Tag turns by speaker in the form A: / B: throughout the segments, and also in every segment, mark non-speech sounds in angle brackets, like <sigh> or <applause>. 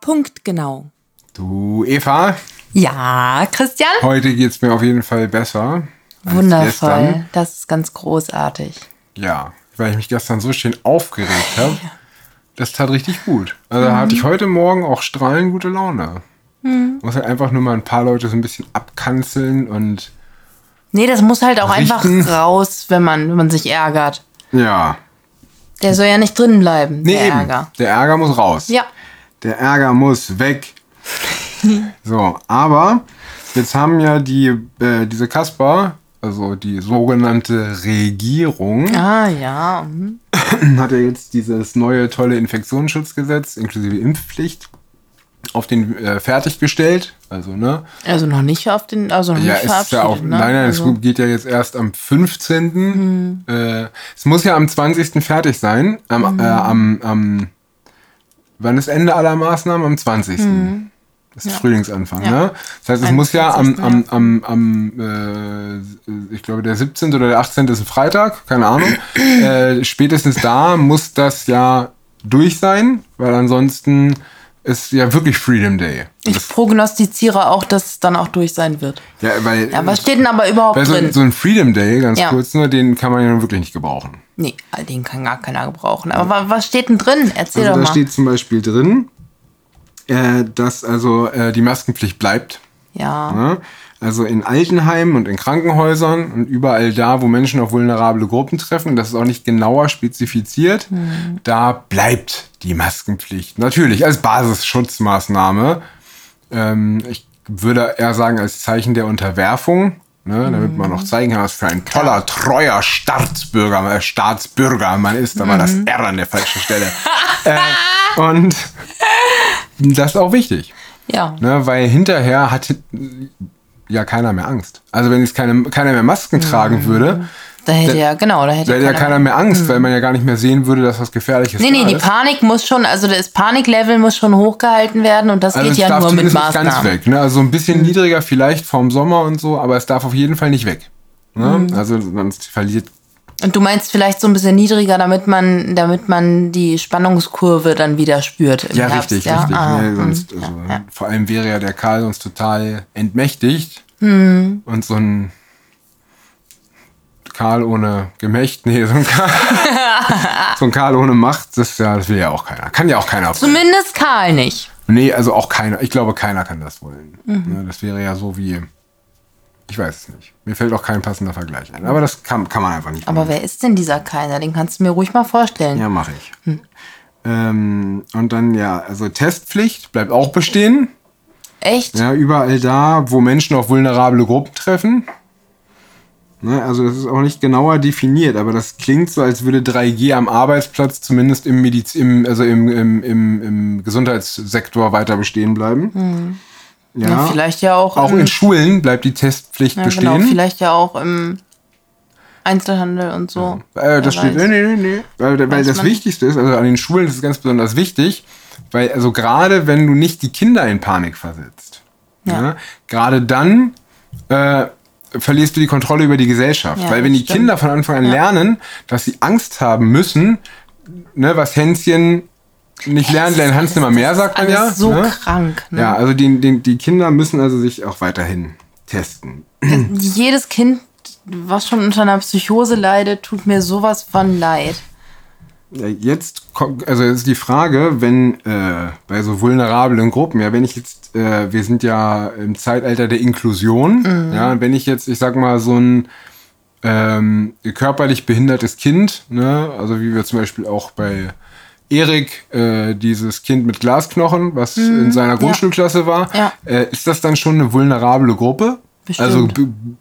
A: Punktgenau.
B: Du, Eva,
A: Ja, Christian?
B: heute geht's mir auf jeden Fall besser. als Gestern.
A: Wundervoll. Das ist ganz großartig.
B: Ja, weil ich mich gestern so schön aufgeregt habe. Das tat richtig gut. Also da hatte
A: Mhm.
B: ich heute Morgen auch strahlend gute Laune. Muss halt einfach nur mal ein paar Leute so ein bisschen abkanzeln und
A: Nee, das muss halt auch
B: Richten.
A: einfach raus, wenn man, wenn man sich ärgert.
B: ja.
A: Der soll ja nicht drin bleiben,
B: Nee,
A: der
B: eben.
A: Ärger.
B: Der Ärger muss raus.
A: Ja.
B: Der Ärger
A: <laughs>
B: muss weg. so, aber jetzt haben ja die, äh, diese Kasper, also die sogenannte Regierung,
A: Ah ja. mhm.
B: <clears throat> hat ja jetzt dieses neue tolle Infektionsschutzgesetz inklusive Impfpflicht auf den äh, fertiggestellt. Also, ne?
A: Also noch nicht auf den, also noch
B: Ja,
A: nicht
B: es ist ja auch.
A: verabschiedet. ne?
B: Nein, nein,
A: also, Mhm.
B: es geht ja jetzt erst am 15. Äh, es muss ja am 20. fertig sein. Am, äh, am, am wann ist Ende aller Maßnahmen? Am 20.
A: Mhm.
B: Das ist Frühlingsanfang, ne? Das heißt, es muss ja am, am, am, am äh, ich glaube, der 17. oder der 18. ist ein Freitag, keine
A: <clears throat>
B: Ahnung. äh, spätestens da muss das ja durch sein, weil ansonsten ist ja wirklich Freedom Day.
A: ich prognostiziere auch, dass es dann auch durch sein wird.
B: Ja, weil,
A: Ja, was steht denn aber überhaupt
B: Weil so,
A: drin?
B: ein- so ein Freedom Day, ganz
A: Ja.
B: kurz nur, den kann man ja nun wirklich nicht gebrauchen.
A: nee, den kann gar keiner gebrauchen. Aber wa- was steht denn drin? Erzähl
B: also da
A: doch mal.
B: steht zum Beispiel drin, äh, dass also äh, die Maskenpflicht bleibt.
A: ja.
B: Ne? Also in Altenheimen und in Krankenhäusern und überall da, wo Menschen auf vulnerable Gruppen treffen, das ist auch nicht genauer spezifiziert, da bleibt die Maskenpflicht. Natürlich, als Basisschutzmaßnahme. Ähm, ich würde eher sagen, als Zeichen der Unterwerfung, ne? damit man auch zeigen kann, was für ein toller, treuer Staatsbürger, äh, Staatsbürger man ist. Da war das R an der falschen Stelle. äh, und das ist auch wichtig.
A: Ja.
B: Ne, weil hinterher hat hin- ja keiner mehr Angst. Also wenn jetzt keine, keiner mehr Masken tragen würde,
A: Da hätte ja, genau, da hätte
B: hätte ja keiner mehr Angst, weil man ja gar nicht mehr sehen würde, dass was Gefährliches
A: Mhm. Nee,
B: da
A: nee, die
B: ist.
A: Panik muss schon, also das Paniklevel muss schon hochgehalten werden und das
B: also
A: geht
B: es
A: ja
B: darf
A: nur mit Mhm.
B: zumindest nicht
A: Maßnahmen.
B: ganz weg. Ne? Also ein bisschen niedriger vielleicht vorm Sommer und so, aber es darf auf jeden Fall nicht weg. Ne?
A: Mhm.
B: Also sonst verliert
A: Und du meinst vielleicht so ein bisschen niedriger, damit man, damit man die Spannungskurve dann wieder spürt. Im
B: Ja,
A: Herbst,
B: richtig,
A: ja?
B: richtig.
A: Ah,
B: ne, sonst, also, Vor allem wäre ja der Karl sonst total entmächtigt.
A: Hm.
B: Und so ein Karl ohne Gemächt, nee, so
A: <laughs>
B: ein Karl, so ein Karl ohne Macht, das, ist ja, das will ja auch keiner. Kann ja auch keiner. wollen.
A: Zumindest Karl nicht.
B: Nee, also auch keiner. Ich glaube, keiner kann das wollen.
A: Mhm.
B: Ne, Das wäre ja so wie. Ich weiß es nicht. Mir fällt auch kein passender Vergleich ein. Aber das kann, kann man einfach nicht.
A: Aber wer ist denn dieser Keiner? Den kannst du mir ruhig mal vorstellen.
B: Ja, mache ich.
A: Hm.
B: Ähm, und dann, ja, also Testpflicht bleibt auch bestehen.
A: Echt?
B: Ja, überall da, wo Menschen auf vulnerable Gruppen treffen. Ne, also das ist auch nicht genauer definiert, aber das klingt so, als würde 3G am Arbeitsplatz zumindest im, Mediz im, also im, im, im, im Gesundheitssektor weiter bestehen bleiben. Ja,
A: Hm. Ja,
B: vielleicht
A: vielleicht ja auch,
B: auch
A: im,
B: in Schulen bleibt die Testpflicht
A: ja,
B: bestehen.
A: Genau, vielleicht ja auch im Einzelhandel und so.
B: Äh, das
A: Wer
B: steht,
A: weiß.
B: nee, nee, nee, nee. Weil, weil
A: Weiß
B: das
A: man.
B: Wichtigste ist, also an den Schulen ist es ganz besonders wichtig, weil, also gerade wenn du nicht die Kinder in Panik versetzt, ja.
A: Ja.
B: gerade dann äh, verlierst du die Kontrolle über die Gesellschaft.
A: Ja,
B: weil wenn die
A: stimmt.
B: Kinder von Anfang an lernen, dass sie Angst haben müssen, ne, was Hänschen nicht lernt, lernt Hans nimmer mehr, sagt man
A: Alles
B: ja.
A: so
B: ne?
A: krank. Ne?
B: Ja, also die, die, die Kinder müssen also sich auch weiterhin testen.
A: jedes Kind, was schon unter einer Psychose leidet, tut mir sowas von leid.
B: Ja, Jetzt, ko- also jetzt ist die Frage, wenn äh, bei so vulnerablen Gruppen, ja, wenn ich jetzt, äh, wir sind ja im Zeitalter der Inklusion, ja, und wenn ich jetzt, ich sag mal, so ein ähm, körperlich behindertes Kind, ne, also wie wir zum Beispiel auch bei Erik, äh, dieses Kind mit Glasknochen, was in seiner Grundschulklasse war,
A: Ja.
B: äh, ist das dann schon eine vulnerable Gruppe?
A: Bestimmt.
B: Also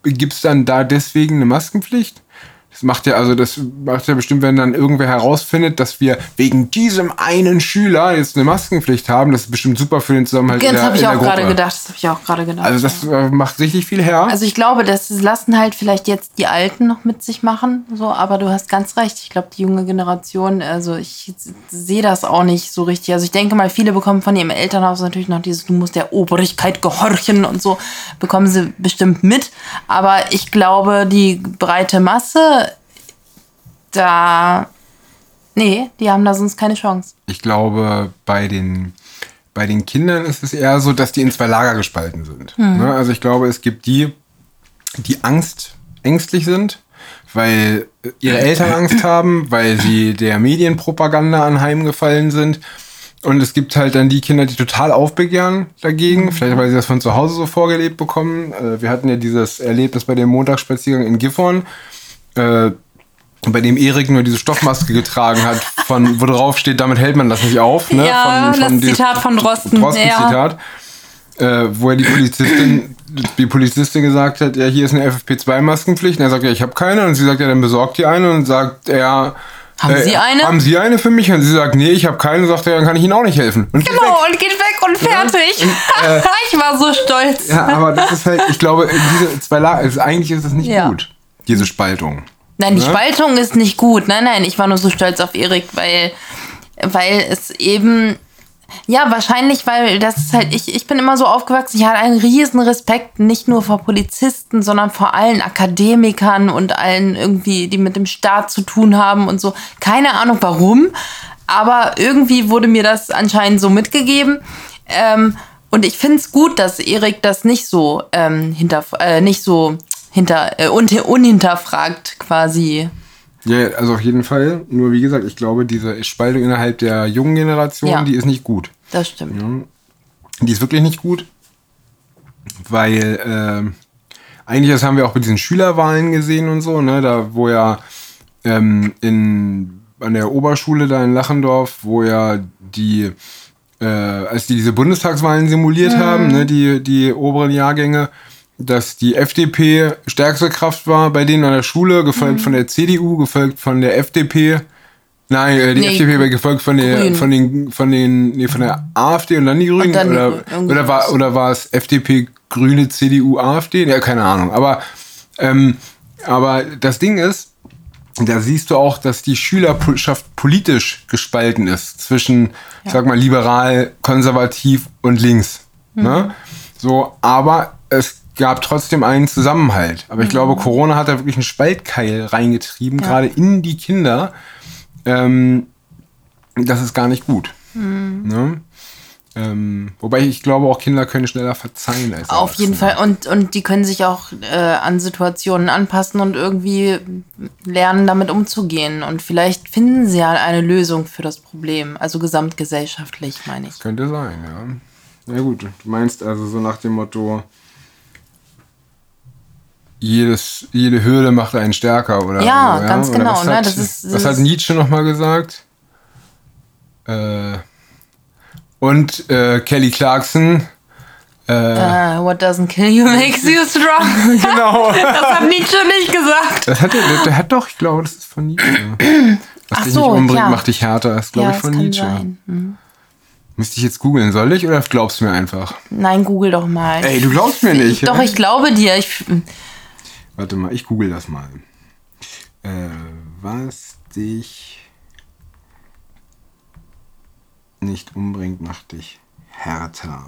B: gibt es dann da deswegen eine Maskenpflicht? Das macht ja, also das macht ja bestimmt, wenn dann irgendwer herausfindet, dass wir wegen diesem einen Schüler jetzt eine Maskenpflicht haben, das ist bestimmt super für den Zusammenhalt Also in
A: Das
B: der,
A: habe
B: in
A: ich
B: der
A: auch
B: Gruppe.
A: gerade gedacht. Das habe ich auch gerade gedacht.
B: Also das äh, macht richtig viel her.
A: Also ich glaube, das lassen halt vielleicht jetzt die Alten noch mit sich machen, so, aber du hast ganz recht. Ich glaube, die junge Generation, also ich s- sehe das auch nicht so richtig. Also ich denke mal, viele bekommen von ihrem Elternhaus natürlich noch dieses, du musst der Obrigkeit gehorchen und so, bekommen sie bestimmt mit. Aber ich glaube, die breite Masse, da, nee, die haben da sonst keine Chance.
B: ich glaube, bei den Bei den Kindern ist es eher so, dass die in zwei Lager gespalten sind.
A: Hm.
B: Ne? Also ich glaube, es gibt die, die Angst, ängstlich sind, weil äh, ihre Eltern Angst haben, weil sie der Medienpropaganda anheimgefallen sind. Und es gibt halt dann die Kinder, die total aufbegehren
A: Mhm.
B: dagegen, vielleicht weil sie das von zu Hause so vorgelebt bekommen. Äh, Wir hatten ja dieses Erlebnis bei dem Montagsspaziergang in Gifhorn, äh, bei dem Erik nur diese Stoffmaske getragen hat, von, wo drauf steht, damit hält man das nicht auf. Ne?
A: Ja,
B: von,
A: das
B: dieses
A: Zitat von Drosten, ja.
B: Drosten-Zitat äh, wo er die Polizistin, die Polizistin gesagt hat, ja, hier ist eine FFP2-Maskenpflicht. Und er sagt, ja, ich habe keine. Und sie sagt, ja, dann besorgt ihr eine. Und sagt er,
A: Haben Sie eine?
B: Haben Sie eine für mich? Und sie sagt, nee, ich habe keine. Sagt er, dann kann ich Ihnen auch nicht helfen.
A: <laughs>
B: Und geht weg.
A: Genau, und geht weg und fertig. <laughs> ich war so stolz.
B: Ja, aber das ist halt, ich glaube, diese zwei Lager, also eigentlich ist das nicht
A: Ja.
B: gut, diese Spaltung.
A: Nein, die
B: Ne?
A: Spaltung ist nicht gut. Nein, nein, ich war nur so stolz auf Erik, weil, weil es eben. Ja, wahrscheinlich, weil das ist halt, ich, ich bin immer so aufgewachsen, ich hatte einen riesen Respekt, nicht nur vor Polizisten, sondern vor allen Akademikern und allen irgendwie, die mit dem Staat zu tun haben und so. Keine Ahnung warum, aber irgendwie wurde mir das anscheinend so mitgegeben. Ähm, und ich finde es gut, dass Erik das nicht so ähm, hinter, äh, nicht so hinter, äh, un unhinterfragt quasi.
B: Ja, also auf jeden Fall. Nur wie gesagt, ich glaube, diese Spaltung innerhalb der jungen Generation,
A: Ja.
B: die ist nicht gut.
A: Das stimmt.
B: Die ist wirklich nicht gut, weil ähm, eigentlich, das haben wir auch bei diesen Schülerwahlen gesehen und so, ne? Da, wo ja ähm, in, an der Oberschule da in Lachendorf, wo ja die, äh, als die diese Bundestagswahlen simuliert haben, ne, die, die oberen Jahrgänge, dass die FDP stärkste Kraft war bei denen an der Schule, gefolgt von der CDU, gefolgt von der FDP. Nein, äh, die
A: Nee,
B: FDP war gefolgt von der,
A: Grünen.
B: von den, von den, nee, von der AfD und dann die Grünen.
A: dann
B: oder,
A: irgendwas.
B: oder, war, oder war es FDP, Grüne, CDU, AfD? Ja, keine Ahnung. Aber, ähm, aber das Ding ist, da siehst du auch, dass die Schülerschaft politisch gespalten ist zwischen, ich sag mal, liberal, konservativ und links. Ne? So, aber es gab trotzdem einen Zusammenhalt. Aber ich glaube, Corona hat da wirklich einen Spaltkeil reingetrieben, gerade in die Kinder. Ähm, das ist gar nicht gut.
A: Hm.
B: Ne? Ähm, wobei ich glaube, auch Kinder können schneller verzeihen als
A: Auf jeden
B: Erwachsene.
A: Fall. Und, und die können sich auch äh, an Situationen anpassen und irgendwie lernen, damit umzugehen. Und vielleicht finden sie ja eine Lösung für das Problem. Also gesamtgesellschaftlich, meine ich.
B: Könnte sein, ja. Na gut, du meinst also so nach dem Motto, jedes, jede Hürde macht einen stärker, oder?
A: Ja,
B: so,
A: ganz
B: Oder
A: genau,
B: Was
A: ne,
B: hat,
A: das ist-
B: was hat
A: dieses-
B: Nietzsche nochmal gesagt? Äh, und äh, Kelly Clarkson. Äh,
A: Ah, what doesn't kill you makes you strong.
B: <laughs>
A: <laughs>
B: Genau.
A: Das hat Nietzsche nicht gesagt.
B: Das hat er, der, der hat doch, ich glaube, das ist von Nietzsche.
A: <clears throat>
B: Was
A: Ach
B: dich
A: so,
B: nicht umbringt,
A: ja.
B: macht dich härter. Das ist, glaube
A: ja,
B: ich,
A: das
B: von
A: kann
B: Nietzsche.
A: sein. Hm.
B: Müsste ich jetzt googeln, soll ich oder glaubst du mir einfach?
A: Nein, google doch mal.
B: Ey, du glaubst mir nicht.
A: Doch,
B: ja?
A: ich glaube dir. Ich, hm,
B: Warte mal, ich google das mal. Äh, was dich nicht umbringt, macht dich härter.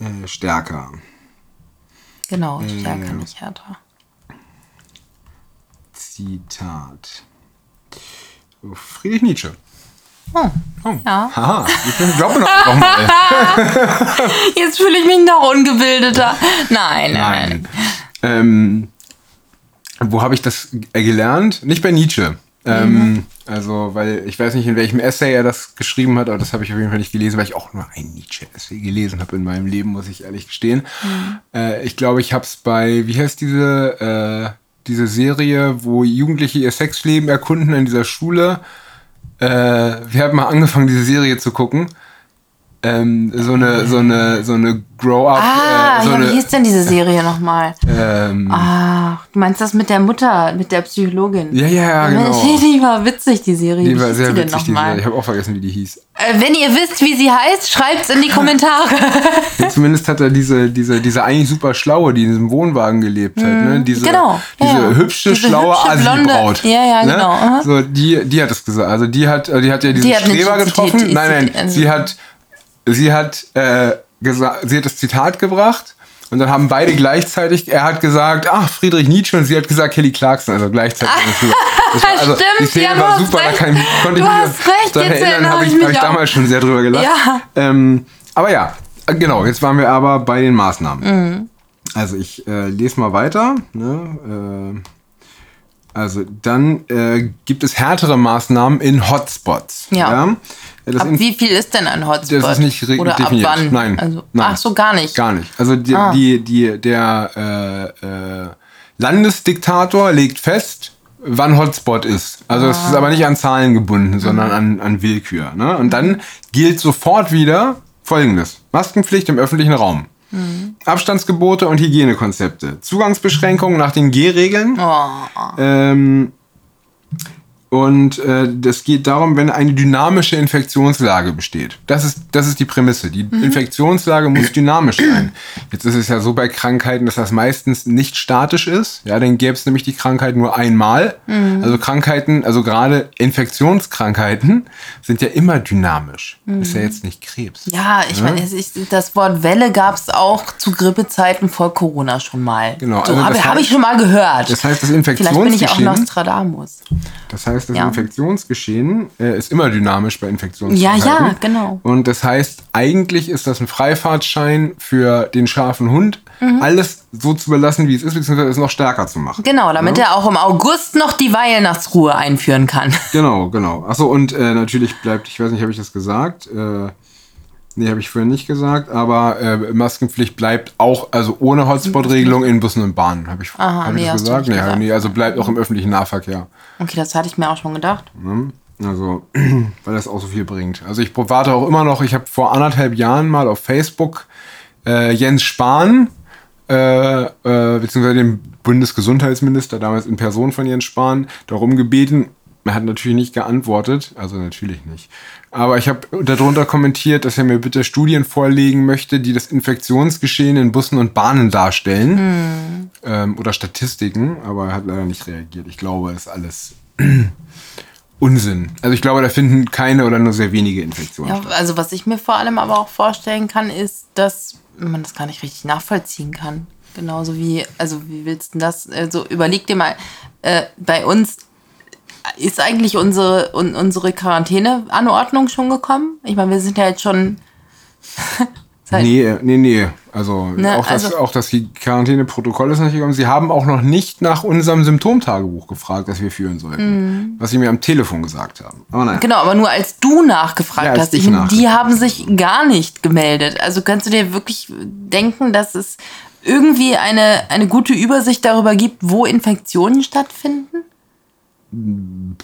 B: Äh, stärker.
A: genau, stärker,
B: Mm.
A: nicht härter.
B: Zitat. Friedrich Nietzsche.
A: Oh,
B: <laughs>
A: ja.
B: Haha, ich glaube noch einfach mal.
A: Jetzt fühle ich mich noch ungebildeter. Nein, nein. nein.
B: Nein. Ähm, wo habe ich das äh, gelernt? Nicht bei Nietzsche. Ähm,
A: Mhm.
B: Also, weil ich weiß nicht, in welchem Essay er das geschrieben hat, aber das habe ich auf jeden Fall nicht gelesen, weil ich auch nur ein Nietzsche-Essay gelesen habe in meinem Leben, muss ich ehrlich gestehen.
A: Mhm.
B: Äh, ich glaube, ich habe es bei, wie heißt diese, äh, diese Serie, wo Jugendliche ihr Sexleben erkunden in dieser Schule. Äh, wir haben mal angefangen, diese Serie zu gucken. Ähm, so eine, so eine, so eine Grow-up.
A: Ah,
B: äh, so
A: ja, wie
B: eine,
A: hieß denn diese Serie nochmal?
B: ähm,
A: Ach, du meinst das mit der Mutter, mit der Psychologin?
B: Ja, ja, ja, genau.
A: <laughs> Die war witzig, die Serie.
B: Die
A: Wie
B: war
A: hieß
B: sehr
A: denn
B: witzig, die
A: nochmal?
B: Serie. Ich habe auch vergessen, wie die hieß.
A: Äh, wenn ihr wisst, wie sie heißt, schreibt's
B: <laughs>
A: in die Kommentare.
B: Zumindest hat er diese, diese, diese eigentlich super Schlaue, die in diesem Wohnwagen gelebt hat. Ne? Diese,
A: genau, ja,
B: diese
A: ja.
B: hübsche,
A: Diese
B: schlaue
A: hübsche, blonde-
B: Asi-Braut.
A: Ja, ja,
B: ne?
A: genau, aha.
B: So, die, die hat das gesagt. Also die hat, die hat ja diesen
A: Die hat nicht
B: Streber
A: zitiert,
B: getroffen.
A: die-
B: nein, nein,
A: also-
B: sie hat, sie hat, äh, gesagt, sie hat das Zitat gebracht Und dann haben beide gleichzeitig, er hat gesagt, ach, Friedrich Nietzsche und sie hat gesagt, Kelly Clarkson,
A: <laughs>
B: also gleichzeitig. Das war, also,
A: Stimmt,
B: die Szene
A: ja, du
B: war
A: hast
B: super, da
A: recht.
B: kann ich, konnte
A: Du
B: ich mich
A: hast
B: noch
A: recht,
B: dran
A: jetzt
B: erinnern,
A: erinnere
B: habe
A: ich
B: ich, hab
A: mich
B: ich
A: auch.
B: damals schon sehr drüber gelacht.
A: Ja.
B: Ähm, aber ja, äh, genau, jetzt waren wir aber bei den Maßnahmen.
A: Mhm.
B: Also ich äh, lese mal weiter. Ne? Äh, also dann äh, gibt es härtere Maßnahmen in Hotspots.
A: Ja.
B: Das
A: Ab
B: in-
A: wie viel ist denn ein Hotspot?
B: das ist nicht re-
A: Oder
B: definiert.
A: ab wann?
B: Nein.
A: Also,
B: Nein.
A: Ach so, gar nicht. Ah.
B: Gar nicht. Also die, die, die, der äh, äh, Landesdiktator legt fest, wann Hotspot ist. Also es
A: Ah.
B: ist aber nicht an Zahlen gebunden,
A: Mhm.
B: sondern an, an Willkür. Ne? Und dann gilt sofort wieder Folgendes. Maskenpflicht im öffentlichen Raum.
A: Mhm.
B: Abstandsgebote und Hygienekonzepte. Zugangsbeschränkungen nach den G-Regeln.
A: Oh.
B: Ähm, und äh, das geht darum, wenn eine dynamische Infektionslage besteht. Das ist, das ist die Prämisse. Die Infektionslage muss dynamisch sein. Jetzt ist es ja so bei Krankheiten, dass das meistens nicht statisch ist. Ja, dann gäbe es nämlich die Krankheit nur einmal. Also Krankheiten, also gerade Infektionskrankheiten sind ja immer dynamisch. Ist ja jetzt nicht Krebs.
A: Ja, ich meine, es ist- das Wort Welle gab es auch zu Grippezeiten vor Corona schon mal.
B: Genau,
A: So,
B: also
A: habe
B: das
A: hab
B: heißt-
A: ich schon mal gehört.
B: Das heißt, das
A: Vielleicht bin ich auch
B: Infektionsgeschehen,
A: Nostradamus.
B: das heißt, das
A: Ja.
B: Infektionsgeschehen äh, ist immer dynamisch bei Infektionskrankheiten.
A: Ja, ja, genau.
B: Und das heißt, eigentlich ist das ein Freifahrtschein für den scharfen Hund,
A: Mhm.
B: alles so zu belassen, wie es ist, beziehungsweise es noch stärker zu machen.
A: Genau, damit er auch im August noch die Weihnachtsruhe einführen kann. <laughs>
B: Genau, genau. Achso, und äh, natürlich bleibt, ich weiß nicht, habe ich das gesagt? Äh, nee, habe ich vorhin nicht gesagt, aber äh, Maskenpflicht bleibt auch, also ohne Hotspot-Regelung in Bussen und Bahnen, habe ich,
A: Aha,
B: hab ich
A: nee,
B: das
A: hast du
B: gesagt?
A: nicht
B: Nee,
A: gesagt.
B: nee, also bleibt auch im öffentlichen Nahverkehr.
A: Okay, das hatte ich mir auch schon gedacht.
B: Also, <clears throat> weil das auch so viel bringt. Also ich warte auch immer noch, ich habe vor anderthalb Jahren mal auf Facebook äh, Jens Spahn, äh, äh, beziehungsweise den Bundesgesundheitsminister, damals in Person von Jens Spahn, darum gebeten. Er hat natürlich nicht geantwortet, also natürlich nicht. Aber ich habe darunter kommentiert, dass er mir bitte Studien vorlegen möchte, die das Infektionsgeschehen in Bussen und Bahnen darstellen ähm, oder Statistiken, aber er hat leider nicht reagiert. Ich glaube, das ist alles <clears throat> Unsinn. Also ich glaube, da finden keine oder nur sehr wenige Infektionen.
A: Ja,
B: statt.
A: also was ich mir vor allem aber auch vorstellen kann, ist, dass man das gar nicht richtig nachvollziehen kann. Genauso wie, also wie willst du denn das? Also überleg dir mal, äh, bei uns ist eigentlich unsere, un, unsere Quarantäne-Anordnung schon gekommen. Ich meine, wir sind ja jetzt schon Zeit.
B: Nee, nee, nee. Also,
A: Ne,
B: auch, das,
A: also-
B: auch das Quarantäneprotokoll ist nicht gekommen. Sie haben auch noch nicht nach unserem Symptomtagebuch gefragt, das wir führen
A: Mhm.
B: sollten. Was sie mir am Telefon gesagt haben. Aber naja.
A: Genau, aber nur als du nachgefragt
B: Ja, als
A: hast.
B: ich
A: Ich meine,
B: nachgefragt
A: die haben sich gar nicht gemeldet. Also kannst du dir wirklich denken, dass es irgendwie eine, eine gute Übersicht darüber gibt, wo Infektionen stattfinden? Genau.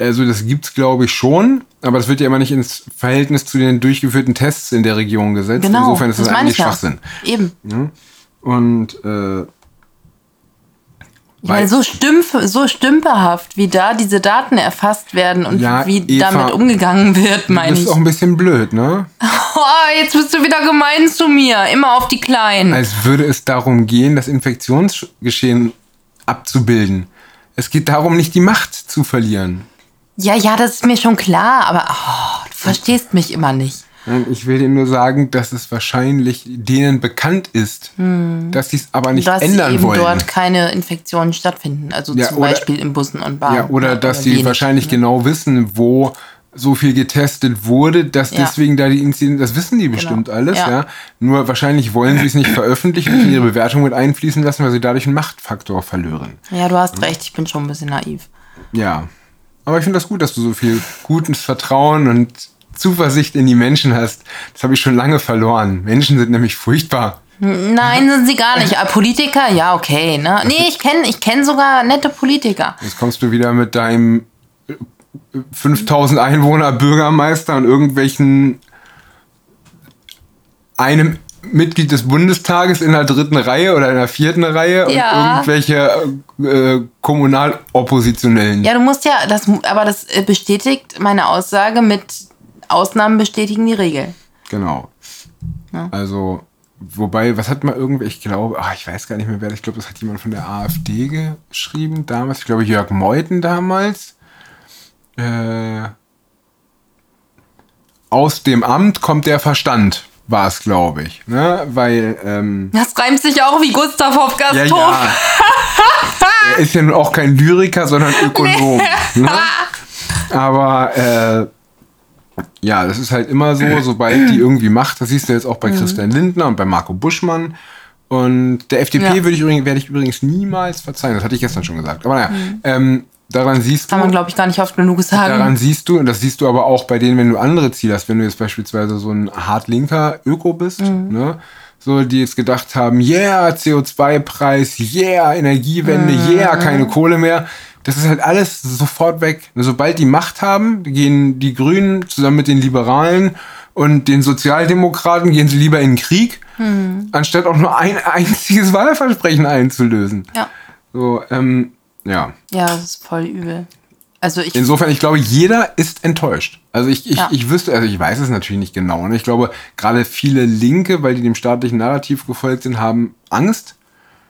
B: Also das gibt's glaube ich schon, aber das wird ja immer nicht ins Verhältnis zu den durchgeführten Tests in der Region gesetzt.
A: Genau.
B: Insofern ist das,
A: meine
B: eigentlich
A: ich ja.
B: Schwachsinn.
A: Eben.
B: Und äh,
A: Ich meine, so, stümpf, so stümperhaft, wie da diese Daten erfasst werden und
B: Ja,
A: wie
B: Eva,
A: damit umgegangen wird,
B: das
A: meine ich.
B: ist auch ein bisschen blöd, ne?
A: <laughs> Oh, jetzt bist du wieder gemein zu mir. Immer auf die Kleinen.
B: Als würde es darum gehen, das Infektionsgeschehen abzubilden. Es geht darum, nicht die Macht zu verlieren.
A: ja, ja, das ist mir schon klar, aber oh, du verstehst mich immer nicht.
B: Nein, ich will dir nur sagen, dass es wahrscheinlich denen bekannt ist, dass sie es aber nicht
A: Hm. dass
B: ändern
A: eben
B: wollen.
A: dort keine Infektionen stattfinden. Also
B: Ja,
A: zum
B: oder-
A: Beispiel in Bussen und Bahnen.
B: Ja, oder dass sie
A: ne? wenig.
B: wahrscheinlich genau wissen, wo so viel getestet wurde, dass
A: Ja. Genau.
B: deswegen da die Inzidenz, das wissen die bestimmt alles, ja.
A: Ja.
B: Nur wahrscheinlich wollen sie es nicht veröffentlichen und in ihre Bewertung mit einfließen lassen, weil sie dadurch einen Machtfaktor verlieren.
A: Ja, du hast recht, ich bin schon ein bisschen naiv.
B: Ja. Aber ich finde das gut, dass du so viel gutes Vertrauen und Zuversicht in die Menschen hast. Das habe ich schon lange verloren. Menschen sind nämlich furchtbar.
A: Nein, sind sie gar nicht. Ah, Politiker? Ja, okay. Ne? Nee, ich kenne ich kenn sogar nette Politiker.
B: Jetzt kommst du wieder mit deinem äh, 5000 Einwohner Bürgermeister und irgendwelchen einem Mitglied des Bundestages in der dritten Reihe oder in der vierten Reihe
A: Ja.
B: und irgendwelche äh, Kommunaloppositionellen.
A: Ja, du musst ja, das, aber das äh, bestätigt meine Aussage mit Ausnahmen bestätigen die Regel.
B: Genau. Also, wobei, was hat mal irgendwer, ich glaube, ach, ich weiß gar nicht mehr wer, ich glaube, das hat jemand von der AfD geschrieben damals, ich glaube, Jörg Meuthen damals. Äh, aus dem Amt kommt der Verstand. war es, glaube ich. Ne? Weil, ähm,
A: Das reimt sich auch wie Gustav auf
B: ja,
A: Gasthof.
B: ja. <laughs> er ist ja nun auch kein Lyriker, sondern Ökonom. Ne? Aber äh, ja, das ist halt immer so, sobald die irgendwie macht, das siehst du jetzt auch bei Christian Lindner und bei Marco Buschmann. Und der FDP
A: Ja.
B: würde ich übrigens, werde ich übrigens niemals verzeihen. Das hatte ich gestern schon gesagt. Aber naja, ähm, daran siehst
A: Kann man,
B: du,
A: glaube ich, gar nicht oft genug sagen.
B: daran siehst du, und das siehst du aber auch bei denen, wenn du andere Ziele hast, wenn du jetzt beispielsweise so ein hartlinker Öko bist, ne? So, die jetzt gedacht haben, yeah, CO2-Preis, yeah, Energiewende, yeah, keine Kohle mehr. Das ist halt alles sofort weg. Sobald die Macht haben, gehen die Grünen zusammen mit den Liberalen und den Sozialdemokraten gehen sie lieber in den Krieg, anstatt auch nur ein einziges <laughs> Wahlversprechen einzulösen.
A: Ja.
B: So, ähm, ja.
A: ja, das ist voll übel. Also ich
B: Insofern, ich glaube, jeder ist enttäuscht. Also ich, ich,
A: Ja.
B: ich wüsste, also ich weiß es natürlich nicht genau. Ne? Ich glaube, gerade viele Linke, weil die dem staatlichen Narrativ gefolgt sind, haben Angst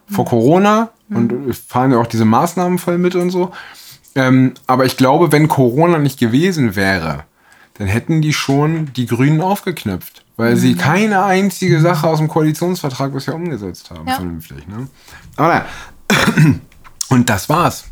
B: vor
A: Mhm.
B: Corona und fahren ja auch diese Maßnahmen voll mit und so. Ähm, aber ich glaube, wenn Corona nicht gewesen wäre, dann hätten die schon die Grünen aufgeknöpft, weil sie
A: Mhm.
B: keine einzige Sache aus dem Koalitionsvertrag bisher umgesetzt haben,
A: Ja.
B: vernünftig. Ne? Aber naja. <clears throat> Und das war's.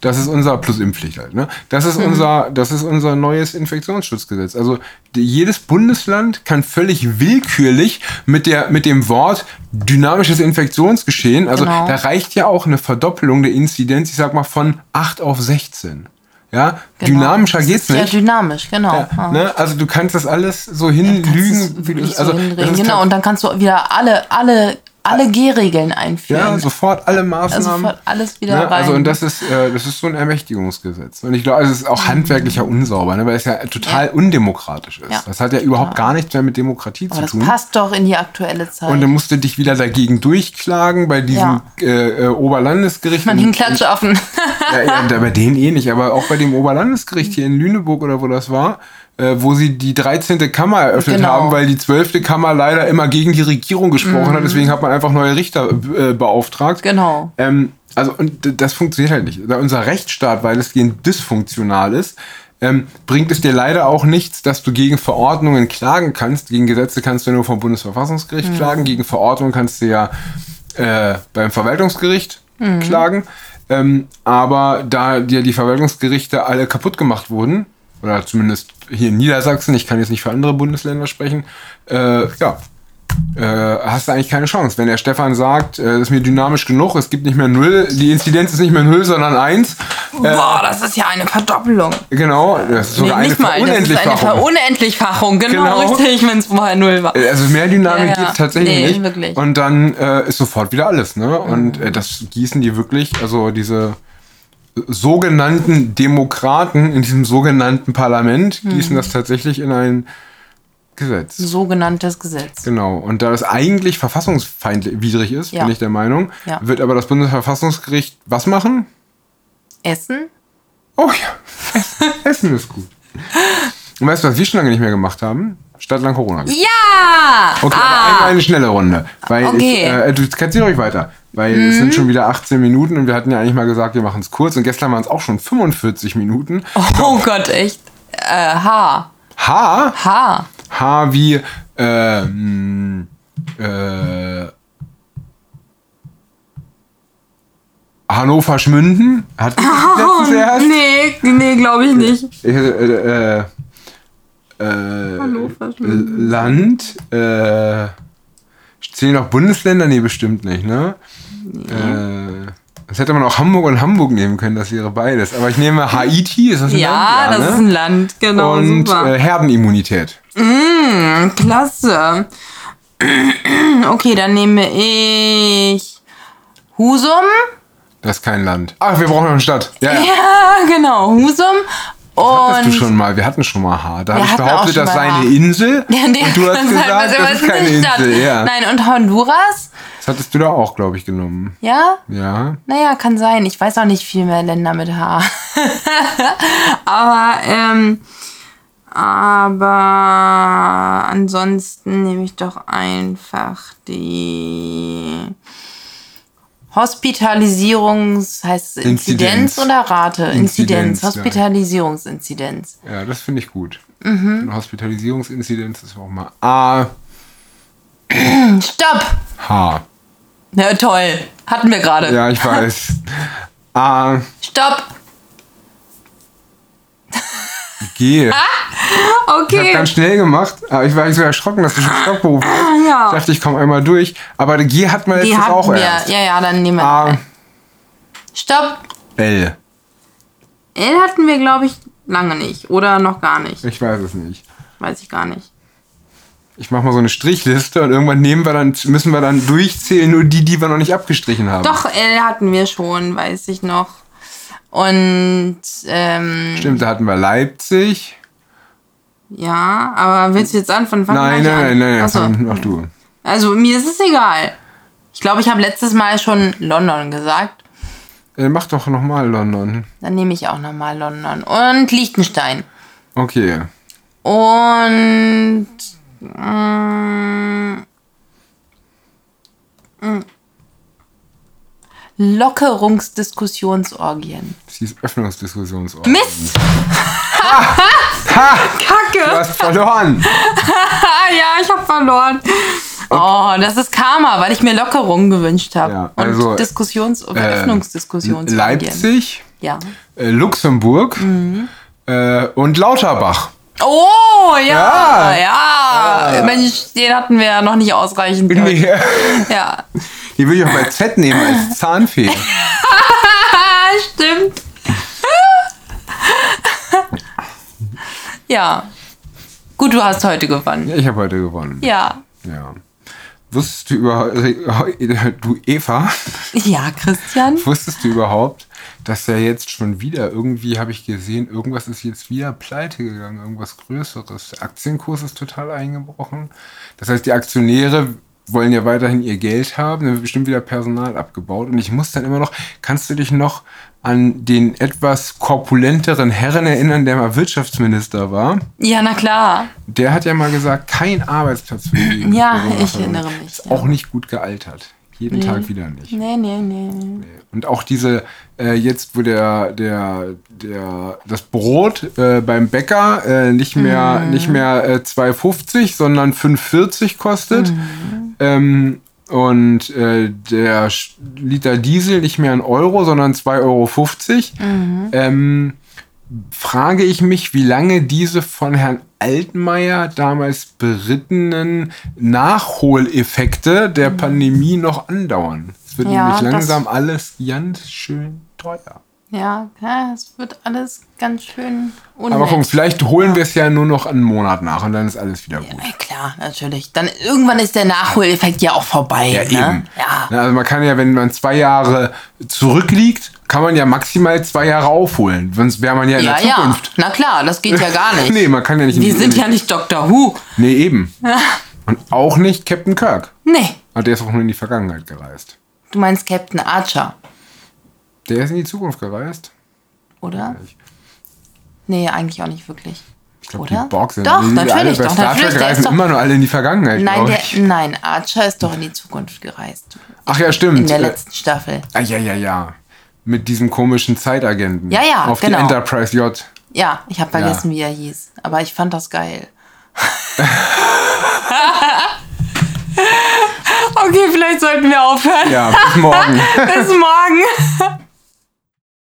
B: Das ist unser plus Impfpflicht halt. Ne? Das ist
A: Mhm.
B: unser, das ist unser neues Infektionsschutzgesetz. Also die, jedes Bundesland kann völlig willkürlich mit der mit dem Wort dynamisches Infektionsgeschehen. Also
A: Genau.
B: da reicht ja auch eine Verdoppelung der Inzidenz. Ich sag mal von 8 auf 16. Ja,
A: Genau.
B: dynamischer
A: Das
B: geht's
A: ist
B: nicht.
A: Ja, dynamisch, genau. Ja.
B: ne? Also du kannst das alles so
A: Kannst
B: hinlügen,
A: es
B: wie du
A: wirklich
B: also
A: so
B: das
A: hindrehen.
B: ist
A: Genau, und dann kannst du wieder alle, alle, alle G-Regeln einführen.
B: Ja, sofort alle Maßnahmen.
A: Also sofort alles wieder
B: Ne?
A: rein.
B: Also und das ist, äh, das ist so ein Ermächtigungsgesetz. Und ich glaube, also es ist
A: Mhm.
B: auch handwerklicher unsauber, ne? weil es ja total undemokratisch ist.
A: Ja.
B: Das hat ja überhaupt gar nichts mehr mit Demokratie
A: Aber
B: zu
A: das
B: tun.
A: passt doch in die aktuelle Zeit.
B: Und dann musst du dich wieder dagegen durchklagen bei diesem äh, äh, Oberlandesgericht.
A: Man
B: in-
A: den <laughs> Klatschaffen.
B: <laughs> ja, ja, da bei denen eh nicht, aber auch bei dem
A: Mhm.
B: Oberlandesgericht hier in Lüneburg oder wo das war, äh, wo sie die 13. Kammer eröffnet
A: Genau.
B: haben, weil die 12. Kammer leider immer gegen die Regierung gesprochen hat. Deswegen hat man einfach neue Richter äh, beauftragt.
A: Mhm. Genau.
B: Ähm, also, und d- das funktioniert halt nicht. Da unser Rechtsstaat weitestgehend dysfunktional ist, ähm, bringt es dir leider auch nichts, dass du gegen Verordnungen klagen kannst. Gegen Gesetze kannst du nur vom Bundesverfassungsgericht klagen. Gegen Verordnungen kannst du ja äh, beim Verwaltungsgericht klagen. Ähm, aber da dir die Verwaltungsgerichte alle kaputt gemacht wurden, oder zumindest hier in Niedersachsen, ich kann jetzt nicht für andere Bundesländer sprechen, äh, ja, äh, hast du eigentlich keine Chance. Wenn der Stefan sagt, äh, ist mir dynamisch genug, es gibt nicht mehr null, die Inzidenz ist nicht mehr null, sondern eins.
A: Boah, das ist ja eine Verdoppelung.
B: Genau, das ist sogar
A: nee, nicht
B: eine
A: mal, das ist eine
B: Verunendlichfachung.
A: Verunendlichfachung. Genau,
B: Genau.
A: richtig, wenn es vorher null war.
B: Also mehr Dynamik
A: Ja, ja.
B: gibt's tatsächlich
A: Nee,
B: nicht.
A: wirklich. Mhm.
B: Und dann äh, ist sofort wieder alles. Ne? Und äh, das gießen die wirklich, also diese sogenannten Demokraten in diesem sogenannten Parlament gießen
A: Mhm.
B: das tatsächlich in ein Gesetz.
A: Sogenanntes Gesetz.
B: Genau. Und da das eigentlich verfassungsfeindwidrig ist,
A: Ja.
B: bin ich der Meinung,
A: Ja.
B: wird aber das Bundesverfassungsgericht was machen?
A: Essen?
B: Oh ja, <laughs> Essen ist gut. Und weißt du, was wir schon lange nicht mehr gemacht haben? Stadtlang Corona.
A: Ja!
B: Okay, aber eine, eine schnelle Runde. Weil
A: Okay. Mhm.
B: ich, äh, du kannst hier ruhig weiter. Weil es sind schon wieder 18 Minuten und wir hatten ja eigentlich mal gesagt, wir machen es kurz. Und gestern waren es auch schon 45 Minuten.
A: Oh Gott, echt. Äh, H.
B: H,
A: H.
B: H wie, ähm, äh, Hannover Schmünden
A: <laughs>
B: hat letztens erst.
A: Nee, nee, glaube ich nicht.
B: Ich, äh, äh, äh,
A: Hannover Schmünden.
B: Land, äh, zählen auch Bundesländer? Nee, bestimmt nicht, ne? Äh, das hätte man auch Hamburg und Hamburg nehmen können, das wäre beides. Aber ich nehme Haiti, ist das ein
A: Ja,
B: Land?
A: das
B: ne?
A: ist ein Land, genau,
B: Und
A: super. Hm,
B: äh, Herdenimmunität.
A: Klasse. Okay, dann nehme ich Husum.
B: Das ist kein Land. Ach, wir brauchen noch eine Stadt. Ja, ja.
A: <laughs> Ja, genau, Husum.
B: Hattest du
A: Und
B: schon mal, wir hatten schon mal Haar. Da habe ich
A: hatten auch
B: behauptet,
A: schon
B: das sei
A: mal
B: eine
A: Haar.
B: Insel.
A: <laughs> Ja, nee,
B: und du
A: <laughs>
B: hast
A: das heißt,
B: gesagt, das
A: was
B: ist keine
A: nicht das?
B: Insel. Ja.
A: Nein, und Honduras?
B: Das hattest du da auch, glaube ich, genommen.
A: Ja?
B: Ja.
A: Naja, kann sein. Ich weiß auch nicht viel mehr Länder mit H. <laughs> aber, ähm, aber ansonsten nehme ich doch einfach die Hospitalisierungs, heißt es Inzidenz,
B: Inzidenz.
A: oder Rate? Inzidenz,
B: Inzidenz, ja.
A: Hospitalisierungsinzidenz. Mhm.
B: Ja, das finde ich gut. Hospitalisierungsinzidenz ist auch mal A.
A: Hm, Stopp!
B: H.
A: Na toll, hatten wir gerade.
B: Ja, ich weiß. A.
A: Stopp!
B: G. Ich habe
A: Okay.
B: ganz schnell gemacht, aber ich war so erschrocken, dass du schon Stopp gerufen hast.
A: Ah, ja.
B: Ich dachte, ich komme einmal durch. Aber G hat man
A: Die
B: jetzt
A: hatten
B: auch
A: wir.
B: erst. Ah.
A: Ja, ja, dann nehmen wir.
B: A.
A: Stopp!
B: L.
A: L hatten wir, glaube ich, lange nicht. Oder noch gar nicht.
B: Ich weiß es nicht.
A: Weiß ich gar nicht.
B: Ich mache mal so eine Strichliste und irgendwann nehmen wir dann, müssen wir dann durchzählen, nur die, die wir noch nicht abgestrichen haben.
A: Doch, L hatten wir schon, weiß ich noch. Und ähm,
B: Stimmt, da hatten wir Leipzig.
A: ja, aber willst du jetzt anfangen? Fang
B: Nein,
A: gleich an.
B: nein, nein, nein,
A: Achso.
B: nein. Ach du.
A: Also mir ist es egal. Ich glaube, ich habe letztes Mal schon London gesagt.
B: Äh, mach doch nochmal London.
A: Dann nehme ich auch nochmal London. Und Liechtenstein.
B: Okay.
A: Und. äh, mm, mm. Lockerungsdiskussionsorgien.
B: Sie ist Öffnungsdiskussionsort.
A: Mist!
B: Du
A: Kacke!
B: hast verloren.
A: Ah, ja, ich habe verloren. Oh, das ist Karma, weil ich mir Lockerungen gewünscht habe.
B: Ja, also,
A: Und Diskussions- und
B: äh,
A: Öffnungsdiskussionsorgien.
B: Leipzig,
A: Ja.
B: äh, Luxemburg
A: Mhm.
B: äh, und Lauterbach.
A: Oh, ja,
B: Ja. Ah.
A: ja. Mensch, den hatten wir ja noch nicht ausreichend.
B: Nee,
A: Ja.
B: <laughs> die will ich auch bei Z nehmen als Zahnfee.
A: Ah, stimmt. ja. Gut, du hast heute gewonnen.
B: Ich habe heute gewonnen.
A: Ja.
B: Ja. Wusstest du über du Eva,
A: Ja, Christian.
B: wusstest du überhaupt, dass ja jetzt schon wieder irgendwie habe ich gesehen, irgendwas ist jetzt wieder pleite gegangen, irgendwas größeres. Der Aktienkurs ist total eingebrochen. Das heißt, die Aktionäre wollen ja weiterhin ihr Geld haben, dann wird bestimmt wieder Personal abgebaut und ich muss dann immer noch, kannst du dich noch an den etwas korpulenteren Herren erinnern, der mal Wirtschaftsminister war?
A: Ja, na klar.
B: Der hat ja mal gesagt, kein Arbeitsplatz für die
A: Ja,
B: Corona-Förderung.
A: ich erinnere mich,
B: Ist
A: ja.
B: auch nicht gut gealtert. Jeden Tag wieder nicht.
A: Nee, nee, nee.
B: Und auch diese, äh, jetzt wo der, der, der, das Brot äh, beim Bäcker äh, nicht mehr, nicht mehr äh, 2,50, sondern 5,40 kostet. Ähm, und äh, der Sch- Liter Diesel nicht mehr ein Euro, sondern 2,50 Euro. Ähm, frage ich mich, wie lange diese von Herrn Altmaier damals berittenen Nachholeffekte der Pandemie noch andauern. Es wird
A: Mhm. Ja,
B: nämlich
A: das-
B: langsam alles ganz schön teuer.
A: Ja, ja, es wird alles ganz schön
B: Aber guck,
A: unnett.
B: vielleicht holen wir es ja nur noch einen Monat nach und dann ist alles wieder gut.
A: Ja, klar, natürlich. Dann irgendwann ist der Nachholeffekt ja auch vorbei.
B: Ja,
A: ne?
B: eben.
A: Ja.
B: Na, Also man kann ja, wenn man zwei Jahre zurückliegt, kann man ja maximal zwei Jahre aufholen. Sonst wäre man ja in
A: Ja,
B: der Zukunft.
A: ja. Na klar, das geht ja
B: <laughs>
A: gar nicht.
B: Nee, man kann ja nicht. in
A: Wir
B: die-
A: sind ja nicht Dr. Who.
B: Nee,
A: <laughs>
B: eben. Und auch nicht Captain Kirk.
A: Nee.
B: Aber Ah, der ist auch nur in die Vergangenheit gereist.
A: Du meinst Captain Archer,
B: Der ist in die Zukunft gereist.
A: oder? Nee, eigentlich auch nicht wirklich.
B: Ich glaube,
A: Oder?
B: die Borg sind
A: Doch,
B: die sind
A: natürlich,
B: alle bei
A: doch,
B: Star
A: natürlich,
B: Trek
A: der ist
B: reisen
A: doch-
B: immer nur alle in die Vergangenheit.
A: Nein,
B: glaub
A: der,
B: ich.
A: nein, Archer ist doch in die Zukunft gereist.
B: Ach ja,
A: In
B: stimmt.
A: der
B: Äh,
A: letzten Staffel.
B: ah, ja, ja, ja. Mit diesem komischen Zeitagenten.
A: Ja, ja,
B: Auf
A: genau.
B: die Enterprise J.
A: Ja, ich habe vergessen, wie er hieß. Aber ich fand das
B: <laughs>
A: geil. <laughs> okay, vielleicht sollten wir aufhören.
B: Ja, bis morgen.
A: <laughs> Bis morgen.